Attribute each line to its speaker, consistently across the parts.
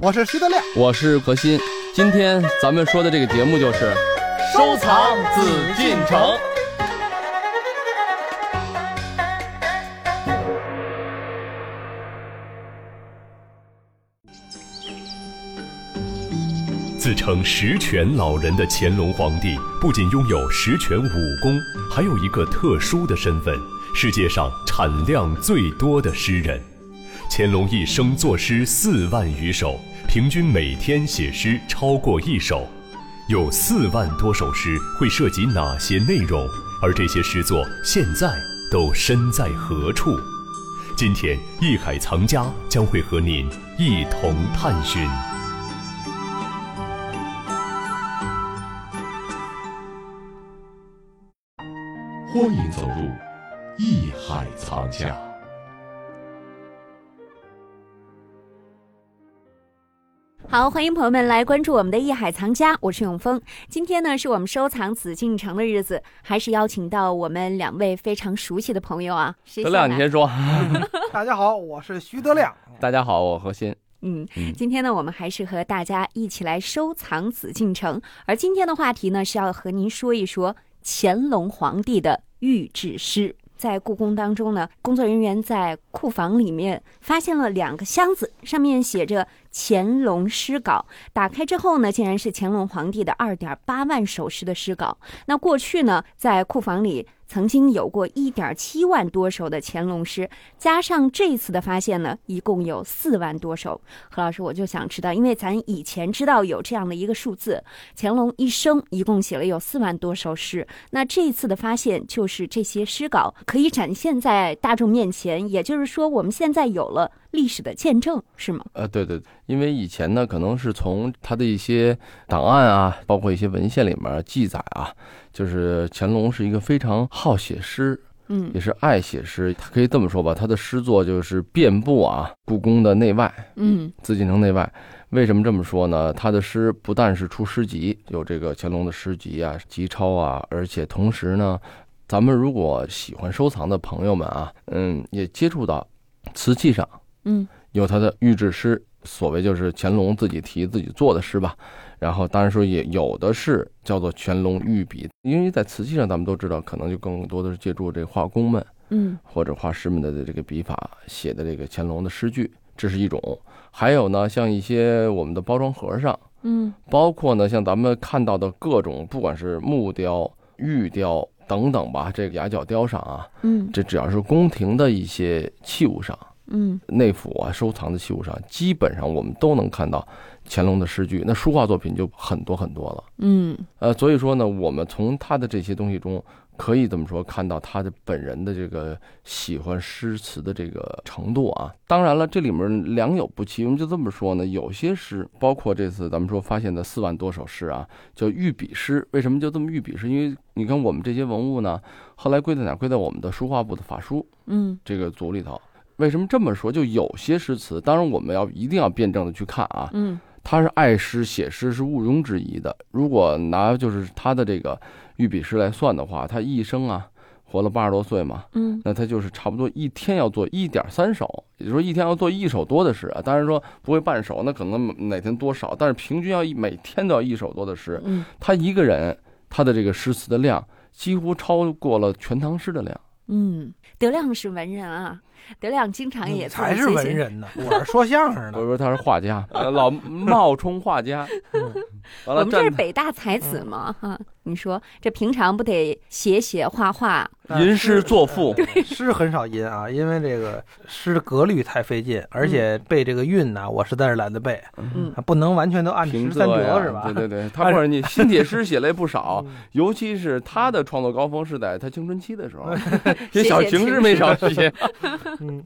Speaker 1: 我是徐德亮，
Speaker 2: 我是何鑫。今天咱们说的这个节目就是
Speaker 1: 收藏紫禁城。
Speaker 3: 自称十全老人的乾隆皇帝，不仅拥有十全武功，还有一个特殊的身份——世界上产量最多的诗人。乾隆一生作诗四万余首，平均每天写诗超过一首。有四万多首诗会涉及哪些内容？而这些诗作现在都身在何处？今天艺海藏家将会和您一同探寻。
Speaker 4: 欢迎走入艺海藏家。
Speaker 5: 好，欢迎朋友们来关注我们的《艺海藏家》，我是永峰。今天呢，是我们收藏紫禁城的日子，还是邀请到我们两位非常熟悉的朋友啊？谁
Speaker 2: 德亮，你
Speaker 5: 来
Speaker 2: 先说。
Speaker 1: 大家好，我是徐德亮。
Speaker 2: 大家好，我何鑫。
Speaker 5: 嗯
Speaker 2: 嗯，
Speaker 5: 今天呢，我们还是和大家一起来收藏紫禁城，而今天的话题呢，是要和您说一说乾隆皇帝的御制诗。在故宫当中呢，工作人员在库房里面发现了两个箱子，上面写着“乾隆诗稿”。打开之后呢，竟然是乾隆皇帝的二点八万首诗的诗稿。那过去呢，在库房里曾经有过一点七万多首的乾隆诗，加上这次的发现呢，一共有四万多首。何老师，我就想知道，因为咱以前知道有这样的一个数字，乾隆一生一共写了有四万多首诗，那这次的发现就是这些诗稿可以展现在大众面前，也就是说，我们现在有了历史的见证，是吗？
Speaker 2: 呃，对对，因为以前呢，可能是从他的一些档案啊，包括一些文献里面记载啊，就是乾隆是一个非常好写诗，
Speaker 5: 嗯
Speaker 2: 也是爱写诗。他可以这么说吧，他的诗作就是遍布啊故宫的内外，
Speaker 5: 嗯
Speaker 2: 紫禁城内外。为什么这么说呢？他的诗不但是出诗集，有这个乾隆的诗集啊、集抄啊，而且同时呢，咱们如果喜欢收藏的朋友们啊，嗯，也接触到瓷器上
Speaker 5: 嗯
Speaker 2: 有他的御制诗，所谓就是乾隆自己题自己做的诗吧。然后当然说也有的是叫做乾隆御笔，因为在瓷器上咱们都知道，可能就更多的是借助这画工们
Speaker 5: 嗯
Speaker 2: 或者画师们的这个笔法写的这个乾隆的诗句，这是一种。还有呢，像一些我们的包装盒上，
Speaker 5: 嗯
Speaker 2: 包括呢像咱们看到的各种，不管是木雕、玉雕等等吧，这个牙角雕上啊，
Speaker 5: 嗯
Speaker 2: 这只要是宫廷的一些器物上、
Speaker 5: 嗯
Speaker 2: 内府啊收藏的器物上，基本上我们都能看到乾隆的诗句。那书画作品就很多很多了。
Speaker 5: 嗯
Speaker 2: 呃，所以说呢，我们从他的这些东西中，可以这么说，看到他的本人的这个喜欢诗词的这个程度啊。当然了，这里面良莠不齐，我们就这么说呢，有些诗，包括这次咱们说发现的四万多首诗啊，叫御笔诗。为什么就这么御笔诗？因为你看我们这些文物呢，后来归在哪儿？归在我们的书画部的法书
Speaker 5: 嗯
Speaker 2: 这个组里头。为什么这么说？就有些诗词，当然我们要一定要辩证的去看啊。
Speaker 5: 嗯
Speaker 2: 他是爱诗写诗是毋庸置疑的。如果拿就是他的这个御笔诗来算的话，他一生啊活了八十多岁嘛，
Speaker 5: 嗯
Speaker 2: 那他就是差不多一天要做一点三首，也就是说一天要做一首多的诗啊。当然说不会半首，那可能哪天多少，但是平均要一每天都要一首多的诗。
Speaker 5: 嗯
Speaker 2: 他一个人他的这个诗词的量几乎超过了《全唐诗》的量。
Speaker 5: 嗯， 德亮是文人啊，德亮经常也
Speaker 1: 你嗯才是文，人呢，我是说相声
Speaker 2: 我
Speaker 1: 的。嗯
Speaker 2: 说他是画家，呃老冒充画家，完
Speaker 5: 我
Speaker 2: 了嗯
Speaker 5: 们这
Speaker 2: 站
Speaker 5: 是北大才子嘛，哈、你说这平常不得写写画画？
Speaker 1: 但是
Speaker 2: 吟诗作赋
Speaker 1: 对诗很少吟啊，因为这个诗的格律太费劲，而且背这个韵呢，我实在是懒得背，
Speaker 5: 嗯
Speaker 1: 不能完全都按
Speaker 2: 嗯平
Speaker 1: 十
Speaker 2: 仄
Speaker 1: 三
Speaker 2: 呀
Speaker 1: 折是吧？
Speaker 2: 对对对，他不是你新铁诗写了也不少，
Speaker 1: 嗯
Speaker 2: 尤其是他的创作高峰是在他青春期的时候，
Speaker 5: 写
Speaker 2: 写小情诗没少写。
Speaker 1: 嗯，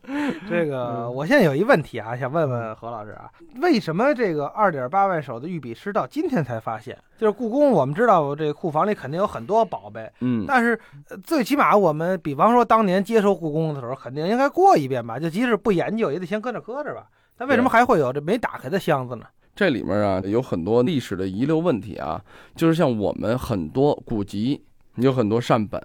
Speaker 1: 这个
Speaker 2: 嗯
Speaker 1: 我现在有一问题啊，想问问何老师啊，为什么这个二点八万首的御笔诗到今天才发现？就是故宫，我们知道这库房里肯定有很多宝贝，
Speaker 2: 嗯，
Speaker 1: 但是呃最起码我们比方说当年接收故宫的时候，肯定应该过一遍吧，就即使不研究也得先搁那搁着吧。那为什么还会有这没打开的箱子呢？
Speaker 2: 这里面啊有很多历史的遗留问题啊，就是像我们很多古籍，有很多善本，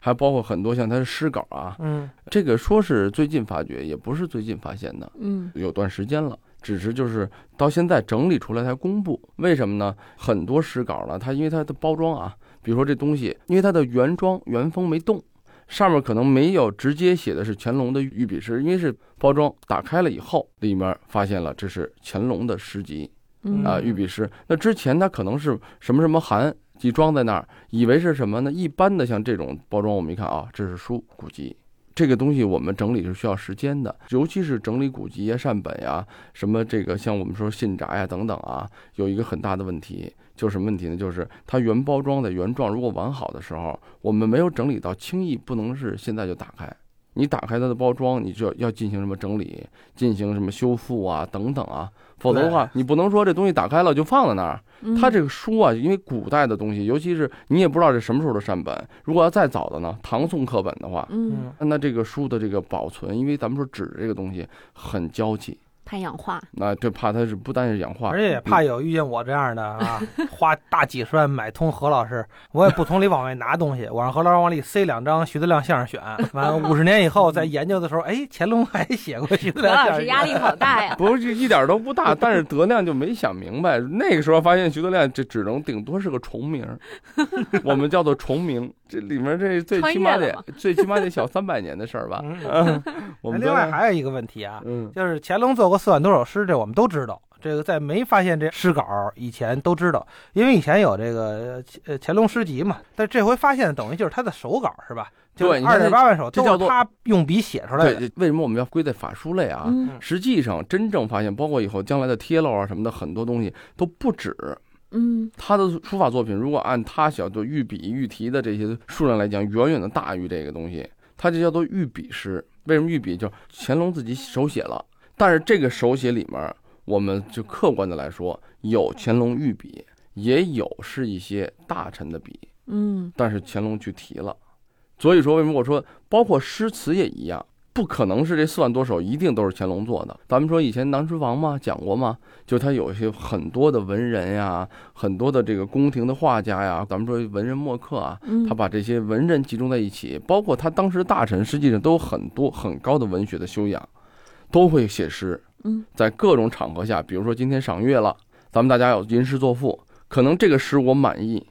Speaker 2: 还包括很多像他的诗稿啊。
Speaker 1: 嗯
Speaker 2: 这个说是最近发掘，也不是最近发现的，
Speaker 5: 嗯
Speaker 2: 有段时间了。只是就是到现在整理出来才公布，为什么呢？很多诗稿呢，它因为它的包装啊，比如说这东西，因为它的原装原封没动，上面可能没有直接写的是乾隆的御笔诗，因为是包装打开了以后，里面发现了这是乾隆的诗集，
Speaker 5: 嗯
Speaker 2: 啊，御笔诗。那之前它可能是什么什么函，寄装在那儿，以为是什么呢？一般的像这种包装，我们一看啊，这是书古籍。这个东西我们整理是需要时间的，尤其是整理古籍呀、善本呀、什么这个像我们说信札呀等等啊，有一个很大的问题，就是什么问题呢？就是它原包装的原状如果完好的时候，我们没有整理到，轻易不能是现在就打开。你打开它的包装，你就要进行什么整理，进行什么修复啊等等啊，否则的话，你不能说这东西打开了就放在那儿。
Speaker 1: 嗯
Speaker 5: 嗯
Speaker 2: 它这个书啊，因为古代的东西，尤其是你也不知道这什么时候的善本，如果要再早的呢，唐宋课本的话，
Speaker 5: 嗯
Speaker 1: 嗯
Speaker 2: 那这个书的这个保存，因为咱们说纸这个东西很娇气，
Speaker 5: 怕氧化，
Speaker 2: 那这怕它是不但是氧化，
Speaker 1: 而且也怕有遇见我这样的 啊，花大几十万买通何老师，我也不从里往外拿东西，我让何老师往里塞两张徐德亮相声选，完五十年以后在研究的时候，哎，乾隆还写过徐德
Speaker 5: 何
Speaker 1: 亮相
Speaker 5: 老
Speaker 1: 声
Speaker 5: 师
Speaker 1: 选。
Speaker 5: 压力好大呀。
Speaker 2: 不是一点都不大，但是德亮就没想明白。那个时候发现徐德亮这只能顶多是个重名儿，我们叫做重名。这里面这最
Speaker 5: 穿
Speaker 2: 起码
Speaker 5: 越了
Speaker 2: 得
Speaker 5: 吗
Speaker 2: 最起码得小三百年的事儿吧。
Speaker 1: 嗯，
Speaker 2: 嗯， 我们
Speaker 1: 另外
Speaker 2: 德亮
Speaker 1: 还有一个问题啊，
Speaker 2: 嗯
Speaker 1: 就是乾隆做过四万多首诗，这我们都知道。这个在没发现这诗稿以前都知道，因为以前有这个呃乾隆诗集嘛。但这回发现的等于就是他的手稿是吧？就
Speaker 2: 对
Speaker 1: 是
Speaker 2: 你
Speaker 1: 二
Speaker 2: 看这
Speaker 1: 点八万首
Speaker 2: 这
Speaker 1: 都
Speaker 2: 叫
Speaker 1: 是
Speaker 2: 做
Speaker 1: 他用笔写出来的。
Speaker 2: 对，为什么我们要归在法书类啊？
Speaker 5: 嗯
Speaker 2: 实际上，真正发现，包括以后将来的贴漏啊什么的，很多东西都不止
Speaker 5: 嗯
Speaker 2: 他的书法作品。如果按他小就御笔、御题的这些数量来讲，远远的大于这个东西。他这叫做御笔诗。为什么御笔？就是乾隆自己手写了，但是这个手写里面，我们就客观的来说，有乾隆御笔，也有是一些大臣的笔。
Speaker 5: 嗯
Speaker 2: 但是乾隆去提了。所以说，为什么我说包括诗词也一样，不可能是这四万多首一定都是乾隆做的。咱们说以前南书房嘛讲过嘛，就他有一些很多的文人呀，很多的这个宫廷的画家呀，咱们说文人墨客啊，
Speaker 5: 嗯，
Speaker 2: 他把这些文人集中在一起，包括他当时大臣，实际上都有很多很高的文学的修养，都会写诗。
Speaker 5: 嗯，
Speaker 2: 在各种场合下，比如说今天赏月了，咱们大家要吟诗作赋，可能这个诗我满意，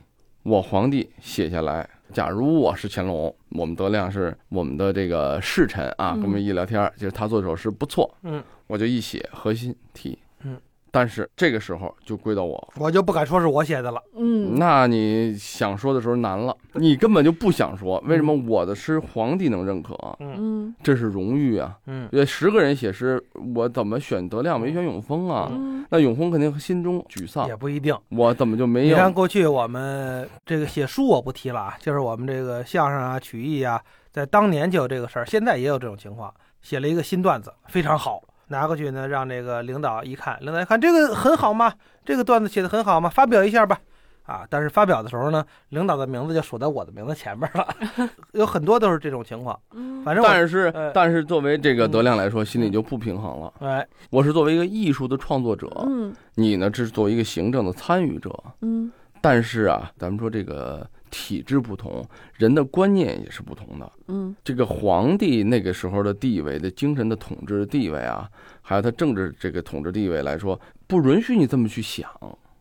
Speaker 2: 我皇帝写下来。假如我是乾隆，我们德亮是我们的这个侍臣啊，
Speaker 5: 嗯
Speaker 2: 跟我们一聊天，就是他做这首诗不错，
Speaker 1: 嗯，
Speaker 2: 我就一写核心题，
Speaker 1: 嗯，
Speaker 2: 但是这个时候就归到我
Speaker 1: 我就不敢说是我写的了。
Speaker 5: 嗯
Speaker 2: 那你想说的时候难了，你根本就不想说。为什么我的诗皇帝能认可？
Speaker 5: 嗯
Speaker 2: 这是荣誉啊！
Speaker 1: 嗯，
Speaker 2: 呃，十个人写诗，我怎么选德亮没选永丰啊？
Speaker 5: 嗯
Speaker 2: 那永丰肯定心中沮丧
Speaker 1: 嗯也，不一定。
Speaker 2: 我怎么就没
Speaker 1: 你看
Speaker 2: 有？
Speaker 1: 过去我们这个写书我不提了啊，就是我们这个相声啊、曲艺啊，在当年就有这个事儿，现在也有这种情况。写了一个新段子，非常好，拿过去呢，让这个领导一看，领导一看这个很好嘛，这个段子写的很好嘛，发表一下吧。啊，但是发表的时候呢，领导的名字就数在我的名字前面了， 有很多都是这种情况。
Speaker 5: 嗯
Speaker 1: 反正我
Speaker 2: 但是
Speaker 1: 哎，
Speaker 2: 但是作为这个德亮来说，心里就不平衡了。
Speaker 1: 哎，
Speaker 2: 我是作为一个艺术的创作者，
Speaker 5: 嗯
Speaker 2: 你呢这是作为一个行政的参与者。
Speaker 5: 嗯
Speaker 2: 但是啊，咱们说这个体制不同，人的观念也是不同的。
Speaker 5: 嗯
Speaker 2: 这个皇帝那个时候的地位的精神的统治的地位啊，还有他政治这个统治地位来说，不允许你这么去想。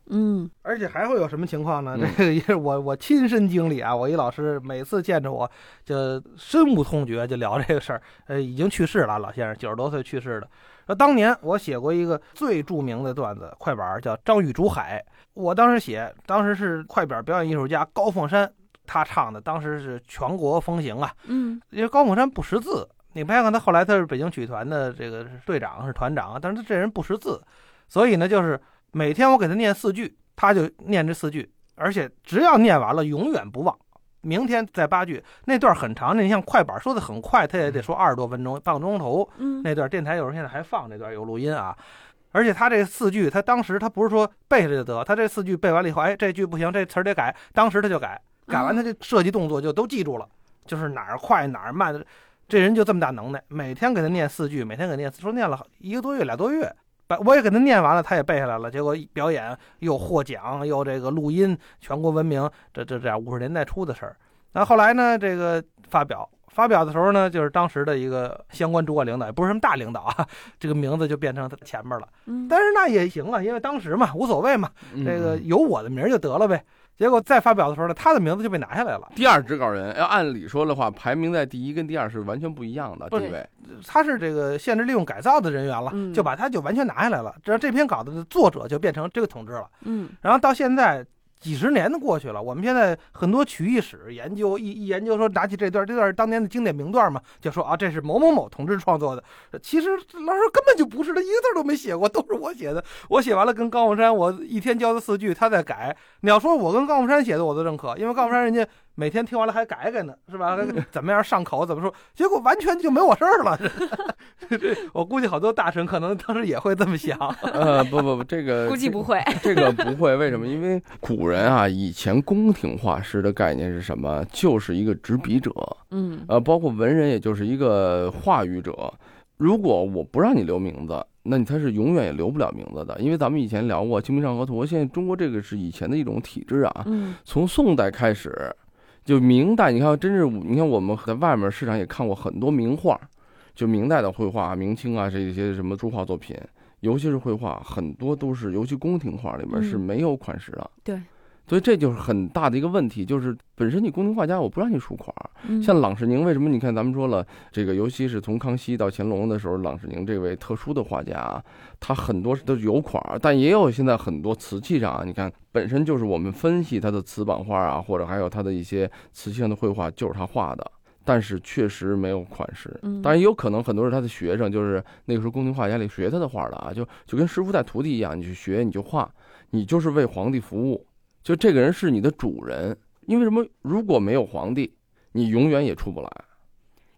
Speaker 5: 嗯
Speaker 1: 而且还会有什么情况呢？
Speaker 2: 嗯
Speaker 1: 这个也是我我亲身经历啊！我一老师每次见着我就深恶痛绝，就聊这个事儿。呃，已经去世了，老先生九十多岁去世的。说当年我写过一个最著名的段子快板儿，叫《张玉竹海》。我当时写，当时是快板表演艺术家高凤山他唱的，当时是全国风行啊。
Speaker 5: 嗯
Speaker 1: 因为高凤山不识字，你别看他后来他是北京曲艺团的这个队长是团长，但是他这人不识字，所以呢，就是每天我给他念四句，他就念这四句，而且只要念完了，永远不忘。明天再八句，那段很长，你像快板说的很快，他也得说二十多分钟，半个钟头。
Speaker 5: 嗯
Speaker 1: 那段电台有时候现在还放这段有录音啊。而且他这四句，他当时他不是说背着就得，他这四句背完了以后，哎，这句不行，这词儿得改，当时他就改，改
Speaker 5: 嗯
Speaker 1: 完他就设计动作就都记住了，就是哪儿快哪儿慢的，这人就这么大能耐，每天给他念四句，每天给他念四，说念了好一个多月俩多月，把我也给他念完了，他也背下来了，结果一表演又获奖又这个录音全国闻名，这这这五十年代初的事儿。那后来呢，这个发表发表的时候呢，就是当时的一个相关主管领导，也不是什么大领导啊，这个名字就变成他前面了。
Speaker 5: 嗯
Speaker 1: 但是那也行啊，因为当时嘛无所谓嘛，
Speaker 2: 嗯
Speaker 1: 这个有我的名儿就得了呗。结果再发表的时候呢，他的名字就被拿下来了。
Speaker 2: 第二指稿人，要按理说的话，排名在第一跟第二是完全不一样的地
Speaker 1: 不
Speaker 5: 是
Speaker 2: 位。
Speaker 1: 他是这个限制利用改造的人员了，
Speaker 5: 嗯
Speaker 1: 就把他就完全拿下来了。这这篇稿子的作者就变成这个统治了。
Speaker 5: 嗯
Speaker 1: 然后到现在几十年的过去了，我们现在很多曲艺史研究一一研究说，拿起这段，这段是当年的经典名段嘛，就说啊这是某某某同志创作的。其实老实说根本就不是，他一个字都没写过，都是我写的。我写完了跟高凤山，我一天教他四句，他再改。你要说我跟高凤山写的，我都认可，因为高凤山人家。每天听完了还改改呢，是吧？怎么样上口怎么说？结果完全就没我事儿了。 这我估计好多大神可能当时也会这么想。
Speaker 2: 呃，不不不，这个
Speaker 5: 估计不 会。
Speaker 2: 这个不会，为什么？因为古人啊，以前宫廷画师的概念是什么？就是一个执笔者，
Speaker 5: 嗯
Speaker 2: 呃，包括文人，也就是一个话语者。如果我不让你留名字，那你他是永远也留不了名字的，因为咱们以前聊过《清明上河图》，现在中国这个是以前的一种体制啊，
Speaker 5: 嗯
Speaker 2: 从宋代开始，就明代，你看，真是你看我们在外面市场也看过很多名画，就明代的绘画、明清啊这些什么书画作品，尤其是绘画，很多都是，尤其宫廷画里面
Speaker 5: 嗯
Speaker 2: 是没有款式的。
Speaker 5: 对。
Speaker 2: 所以这就是很大的一个问题，就是本身你宫廷画家，我不让你书款儿，
Speaker 5: 嗯
Speaker 2: 像郎世宁，为什么你看咱们说了这个，尤其是从康熙到乾隆的时候，郎世宁这位特殊的画家啊，他很多都是有款儿，但也有现在很多瓷器上啊，你看本身就是我们分析他的瓷版画啊，或者还有他的一些瓷器上的绘画，就是他画的。但是确实没有款式
Speaker 5: 嗯，
Speaker 2: 当然也有可能很多是他的学生，就是那个时候宫廷画家里学他的画的啊，就就跟师傅带徒弟一样，你去学你就画，你就是为皇帝服务，就这个人是你的主人。因为什么？如果没有皇帝，你永远也出不来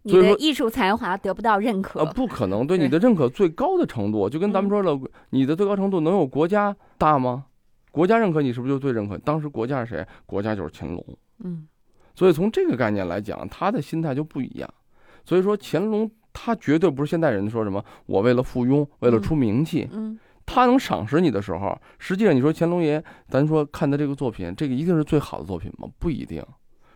Speaker 5: 你
Speaker 2: 所以
Speaker 5: 的
Speaker 2: 说
Speaker 5: 艺术才华得不到认
Speaker 2: 啊、
Speaker 5: 可，
Speaker 2: 不可能对
Speaker 5: 对
Speaker 2: 你的认可最高的程度，就跟咱们说了，你的最高程度能有国家大吗？国家认可你是不是就最认可？当时国家是谁？国家就是乾隆，
Speaker 5: 嗯
Speaker 2: 所以从这个概念来讲，他的心态就不一样。所以说乾隆他绝对不是现代人说什么我为了附庸，为了出名气，
Speaker 5: 嗯
Speaker 2: 他能赏识你的时候，实际上你说乾隆爷，咱说看他这个作品，这个一定是最好的作品吗？不一定，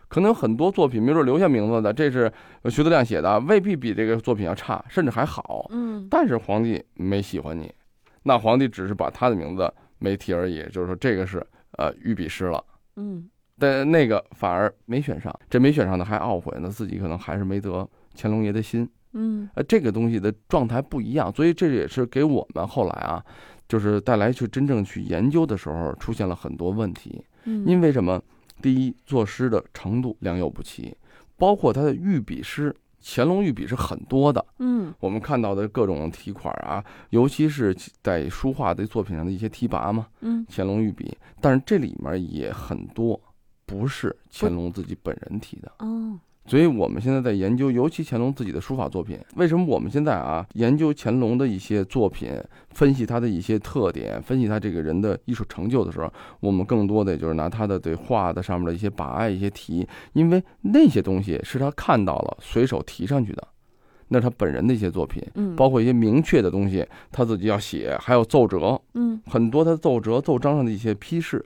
Speaker 2: 可能有很多作品没准留下名字的，这是呃徐德亮写的，未必比这个作品要差，甚至还好。
Speaker 5: 嗯
Speaker 2: 但是皇帝没喜欢你，那皇帝只是把他的名字没提而已，就是说这个是呃御笔诗了。
Speaker 5: 嗯
Speaker 2: 但那个反而没选上，这没选上的还懊悔呢，自己可能还是没得乾隆爷的心。
Speaker 5: 嗯
Speaker 2: 呃，这个东西的状态不一样，所以这也是给我们后来啊，就是带来去真正去研究的时候出现了很多问题。
Speaker 5: 嗯，
Speaker 2: 因为什么？第一，作诗的程度良莠不齐，包括他的御笔诗，乾隆御笔是很多的，
Speaker 5: 嗯
Speaker 2: 我们看到的各种题款啊，尤其是在书画的作品上的一些题跋嘛，
Speaker 5: 嗯
Speaker 2: 乾隆御笔，但是这里面也很多不是乾隆自己本人提的。
Speaker 5: 哦
Speaker 2: 所以我们现在在研究，尤其乾隆自己的书法作品。为什么我们现在啊研究乾隆的一些作品，分析他的一些特点，分析他这个人的艺术成就的时候，我们更多的就是拿他的对画的上面的一些把爱、一些题，因为那些东西是他看到了随手提上去的，那是他本人的一些作品，
Speaker 5: 嗯
Speaker 2: 包括一些明确的东西，他自己要写，还有奏折，
Speaker 5: 嗯
Speaker 2: 很多他奏折、奏章上的一些批示，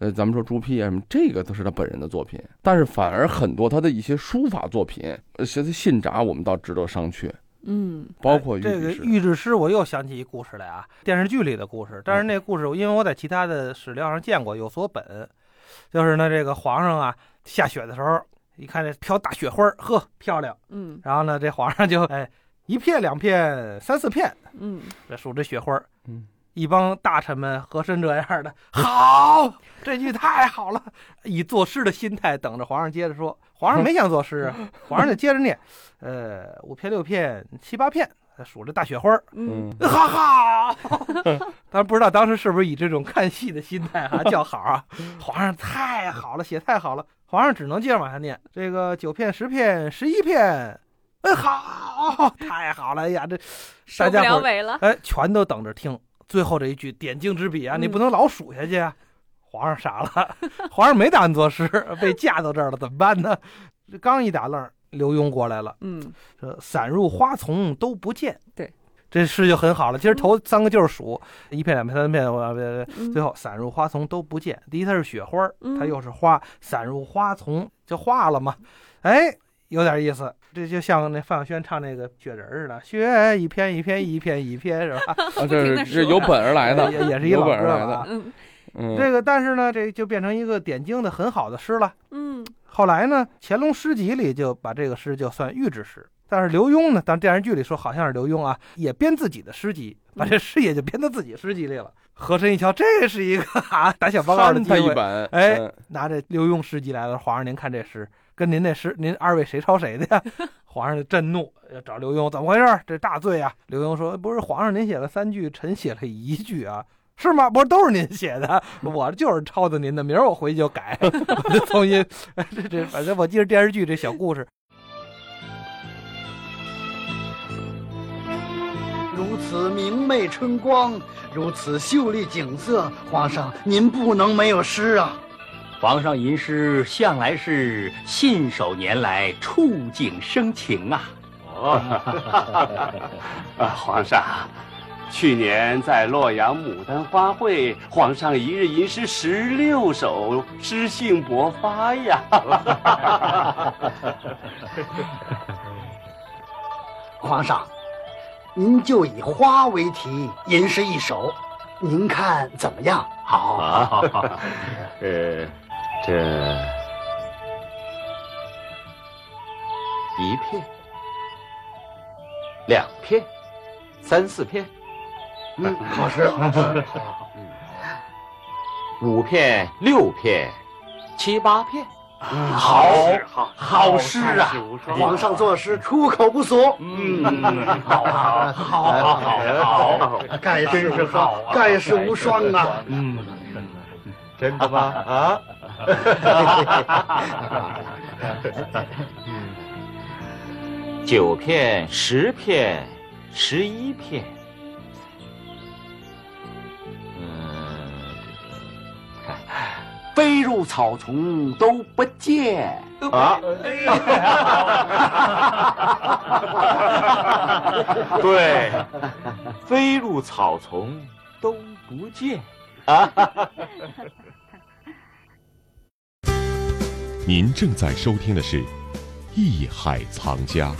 Speaker 2: 呃，咱们说朱批啊什么，这个都是他本人的作品。但是反而很多他的一些书法作品，呃，写的信札，我们倒值得商榷，
Speaker 5: 嗯
Speaker 2: 包括御
Speaker 1: 哎这个
Speaker 2: 笔诗。
Speaker 1: 预制诗，我又想起一故事来啊，电视剧里的故事。但是那故事，因为我在其他的史料上见过，有所本，就是呢，这个皇上啊，下雪的时候，一看这飘大雪花儿，呵，漂亮。
Speaker 5: 嗯
Speaker 1: 然后呢，这皇上就哎一片两片三四片，
Speaker 5: 嗯
Speaker 1: 这数这雪花儿。
Speaker 2: 嗯
Speaker 1: 一帮大臣们和珅这样的，好，这句太好了，以作诗的心态等着皇上接着说。皇上没想作诗啊，皇上就接着念，呃，五片六片七八片，数着大雪花儿。
Speaker 5: 嗯，
Speaker 1: 哈哈，但不知道当时是不是以这种看戏的心态 啊叫好啊。皇上太好了，写太好了，皇上只能接着往下念。这个九片、十片、十一片，哎，好，太好了！哎呀，这
Speaker 5: 受
Speaker 1: 大
Speaker 5: 不
Speaker 1: 家
Speaker 5: 了
Speaker 1: 伙儿
Speaker 5: 尾 了，
Speaker 1: 哎，全都等着听最后这一句点睛之笔啊，
Speaker 5: 嗯
Speaker 1: 你不能老数下去啊。皇上傻了，皇上没打算作诗，被架到这儿了，怎么办呢？这刚一打愣儿，刘墉过来了。
Speaker 5: 嗯
Speaker 1: 这散入花丛都不见。
Speaker 5: 对，
Speaker 1: 这诗就很好了。其实头三个就是数，一片、两片、三片，我
Speaker 5: 嗯
Speaker 1: 最后散入花丛都不见。第一，它是雪花儿，
Speaker 5: 嗯
Speaker 1: 它又是花，散入花丛就化了嘛。哎，有点意思，这就像那范晓萱唱那个雪人儿似的，雪一片一片一片一片，是吧？
Speaker 2: 啊，这
Speaker 5: 地
Speaker 2: 是这
Speaker 5: 说
Speaker 2: 有本而来的，
Speaker 1: 也也是一
Speaker 2: 有
Speaker 1: 老
Speaker 2: 本
Speaker 1: 歌
Speaker 2: 而来
Speaker 1: 了、
Speaker 2: 的
Speaker 1: 啊。
Speaker 5: 嗯
Speaker 2: 嗯，
Speaker 1: 哎这个，但是呢，这就变成一个点睛的很好的诗了。
Speaker 5: 嗯
Speaker 1: 后来呢，乾隆诗集里就把这个诗就算谕旨诗。但是刘墉呢，当电视剧里说好像是刘墉啊，也编自己的诗集，把这诗也就编到自己诗集里了。和珅一瞧，这是一个啊打小报告的
Speaker 2: 翻
Speaker 1: 机
Speaker 2: 他一
Speaker 1: 会，
Speaker 2: 本，
Speaker 1: 哎
Speaker 2: 嗯
Speaker 1: 拿着刘墉诗集来了，皇上您看这诗跟您那诗，您二位谁抄谁的呀？ 皇上就震怒，要找刘墉，怎么回事儿？这大罪啊！刘墉说：“不是皇上您写了三句，臣写了一句啊。”是吗？不是都是您写的， 我就是抄的您的。明儿我回去就改， 我就重新。 这这，反正我记着电视剧这小故事。
Speaker 6: 如此明媚春光，如此秀丽景色，皇上您不能没有诗啊！
Speaker 7: 皇上吟诗向来是信手拈来，触景生情啊。
Speaker 8: 哦，啊， 皇上，去年在洛阳牡丹花会，皇上一日吟诗十六首，诗兴勃发呀。
Speaker 6: 皇上，您就以花为题吟诗一首，您看怎么样？
Speaker 8: 好，
Speaker 7: 啊
Speaker 8: 好，好， 呃，这一片，两片，三四片，
Speaker 6: 嗯，好诗，好诗。
Speaker 8: 五片，六片，七八片，
Speaker 6: 嗯，好，
Speaker 8: 好，
Speaker 6: 好诗啊！皇上作诗出口不俗。哎
Speaker 8: 嗯，好好好好好，
Speaker 6: 好，哎盖世无双，盖世无双啊！
Speaker 8: 嗯，
Speaker 6: 真的吗？啊？
Speaker 8: 九片、十片、十一片，嗯，
Speaker 7: 飞入草丛都不见。
Speaker 8: 啊， 对，飞入草丛都不见。
Speaker 4: 您正在收听的是《艺海藏家》。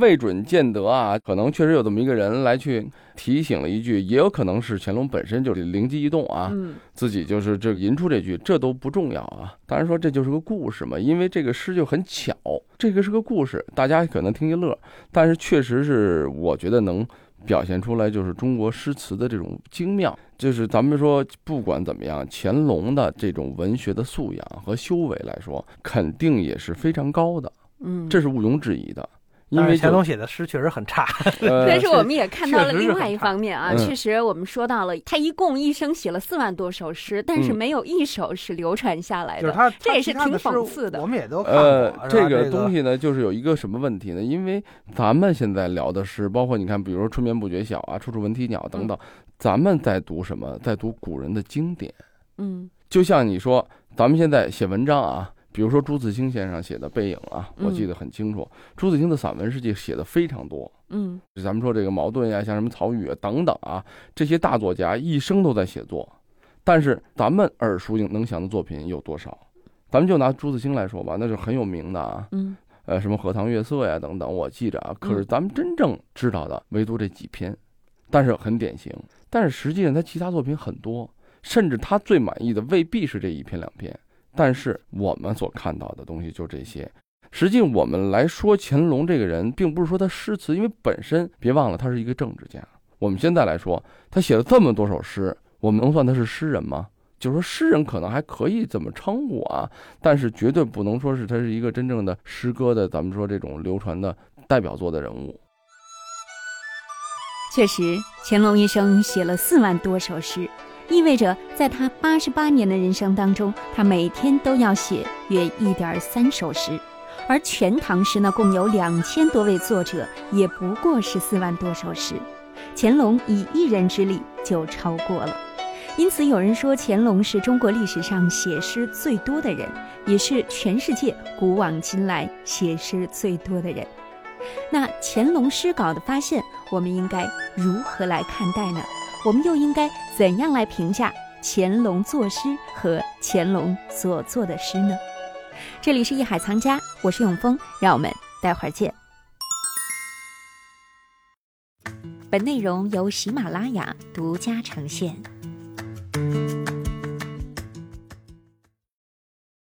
Speaker 2: 未准见得啊，可能确实有这么一个人来去提醒了一句，也有可能是乾隆本身就是灵机一动啊，
Speaker 5: 嗯
Speaker 2: 自己就是这吟出这句，这都不重要啊。当然说这就是个故事嘛，因为这个诗就很巧，这个是个故事，大家可能听一乐，但是确实是我觉得能表现出来就是中国诗词的这种精妙。就是咱们说，不管怎么样，乾隆的这种文学的素养和修为来说，肯定也是非常高的，
Speaker 5: 嗯，
Speaker 2: 这是毋庸置疑的。因
Speaker 1: 但
Speaker 2: 为
Speaker 1: 是
Speaker 2: 就
Speaker 1: 乾隆写的诗确实很差，
Speaker 2: 呃
Speaker 5: 但是我们也看到
Speaker 1: 确
Speaker 5: 了
Speaker 1: 实是
Speaker 5: 另外
Speaker 1: 很
Speaker 5: 一
Speaker 1: 差
Speaker 5: 方面啊，
Speaker 2: 嗯
Speaker 5: 确实我们说到了，他一共一生写了四万多首诗，但是
Speaker 2: 嗯
Speaker 5: 没有一首是流传下来
Speaker 1: 就是
Speaker 5: 的。
Speaker 1: 他他
Speaker 5: 这也是
Speaker 1: 其他的
Speaker 5: 挺讽
Speaker 1: 诗
Speaker 5: 刺的
Speaker 1: 我们也都看过。
Speaker 2: 呃
Speaker 1: 是，
Speaker 2: 这
Speaker 1: 吧
Speaker 2: 个东西呢，就是有一个什么问题呢？因为咱们现在聊的是，包括你看，比如说“春眠不觉晓”啊，“处处闻啼鸟”
Speaker 1: 嗯
Speaker 2: 等等，咱们在读什么？在读古人的经典。
Speaker 5: 嗯
Speaker 2: 就像你说，咱们现在写文章啊，比如说朱自清先生写的《背影》啊，我记
Speaker 5: 嗯
Speaker 2: 得很清楚。朱自清的散文世界写的非常多，
Speaker 5: 嗯
Speaker 2: 就咱们说这个茅盾呀、像什么曹禺啊等等啊，这些大作家一生都在写作，但是咱们耳熟能详的作品有多少？咱们就拿朱自清来说吧，那是很有名的啊，
Speaker 5: 嗯
Speaker 2: 呃，什么《荷塘月色》呀等等，我记着啊。可是
Speaker 5: 嗯
Speaker 2: 咱们真正知道的，唯独这几篇，但是很典型。但是实际上，他其他作品很多，甚至他最满意的未必是这一篇两篇。但是我们所看到的东西就这些。实际我们来说乾隆这个人，并不是说他诗词，因为本身别忘了他是一个政治家。我们现在来说，他写了这么多首诗，我们能算他是诗人吗？就是说，诗人可能还可以怎么称呼啊？但是绝对不能说是他是一个真正的诗歌的，咱们说这种流传的代表作的人物。
Speaker 5: 确实，乾隆一生写了四万多首诗，意味着在他八十八年的人生当中，他每天都要写约一点三首诗，而全唐诗呢，共有两千多位作者，也不过是四万多首诗。乾隆以一人之力就超过了。因此，有人说乾隆是中国历史上写诗最多的人，也是全世界古往今来写诗最多的人。那乾隆诗稿的发现，我们应该如何来看待呢？我们又应该怎样来评价乾隆作诗和乾隆所做的诗呢？这里是艺海藏家，我是永峰，让我们待会儿见。本内容由喜马拉雅独家呈现。